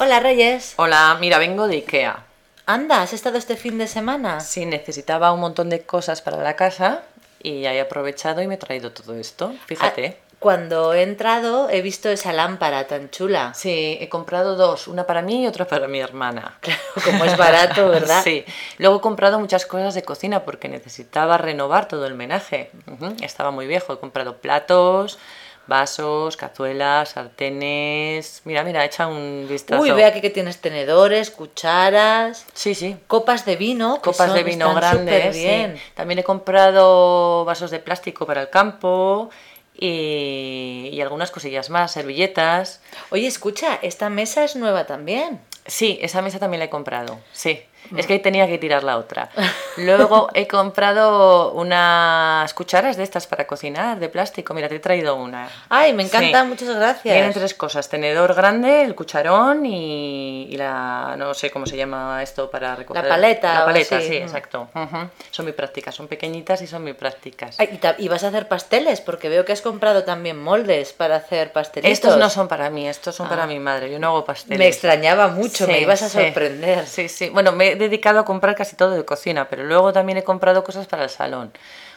Hola Reyes. Hola, mira, vengo de Ikea. Anda, ¿has estado este fin de semana? Sí, necesitaba un montón de cosas para la casa y he aprovechado y me he traído todo esto. Fíjate. Ah, cuando he entrado he visto esa lámpara tan chula. Ah, Sí, he comprado dos, una para mí y otra para mi hermana. Claro, como es barato, ¿verdad? Sí. Luego he comprado muchas cosas de cocina porque necesitaba renovar todo el menaje. Ujú, Estaba muy viejo. He comprado platos, vasos, cazuelas, sartenes. Mira, mira, echa un vistazo. Uy, ve aquí que tienes tenedores, cucharas, Sí, sí. copas de vino. que copas de son- vino están grandes. superbién. sí. También he comprado vasos de plástico para el campo y, y algunas cosillas más, servilletas. Oye, escucha, esta mesa es nueva también. Sí, esa mesa también la he comprado. Sí. Es que ahí tenía que tirar la otra. Luego he comprado unas cucharas de estas para cocinar, de plástico. Mira, te he traído una. Ay, me encanta, Sí. muchas gracias. Tienen tres cosas, tenedor grande, el cucharón y, y la, no sé cómo se llama esto para recoger. paleta La o paleta, así. sí, Mm. exacto. Ujú. Son muy prácticas, son pequeñitas y son muy prácticas. Ay, y, ta- y vas a hacer pasteles, porque veo que has comprado también moldes para hacer pastelitos. estos no son para mí, estos son Ah. para mi madre, yo no hago pasteles. Me extrañaba mucho, me Sí, ibas a sí. sorprender. Sí, sí. Bueno, me he dedicado a comprar casi todo de cocina, pero luego también he comprado cosas para el salón.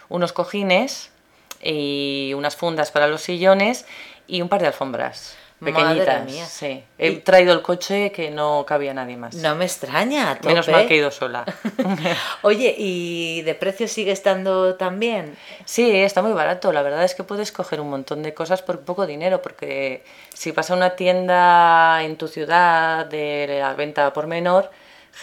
Unos cojines y unas fundas para los sillones y un par de alfombras Madre pequeñitas. mía. Sí. He Y- traído el coche que no cabía nadie más. No me extraña, a Menos tope. mal que he ido sola. Oye, ¿y de precio sigue estando también? Sí, está muy barato. La verdad es que puedes coger un montón de cosas por poco dinero, porque si vas a una tienda en tu ciudad de la venta por menor,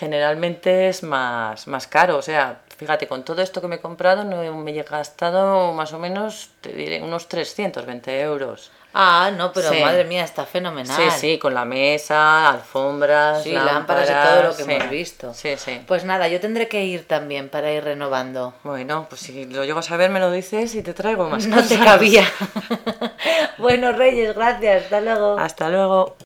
generalmente es más, más caro. O sea, fíjate, con todo esto que me he comprado, no he- me he gastado más o menos, te diré, unos 320 euros. Ah, no, pero Sí. madre mía, está fenomenal. Sí, sí, con la mesa, alfombras, Sí, lámparas y todo lo que sí. hemos visto. Sí, sí. Pues nada, yo tendré que ir también para ir renovando. Bueno, pues si lo llego a saber, me lo dices y te traigo más No te cosas. cabía. bueno, Reyes, gracias. Hasta luego. Hasta luego.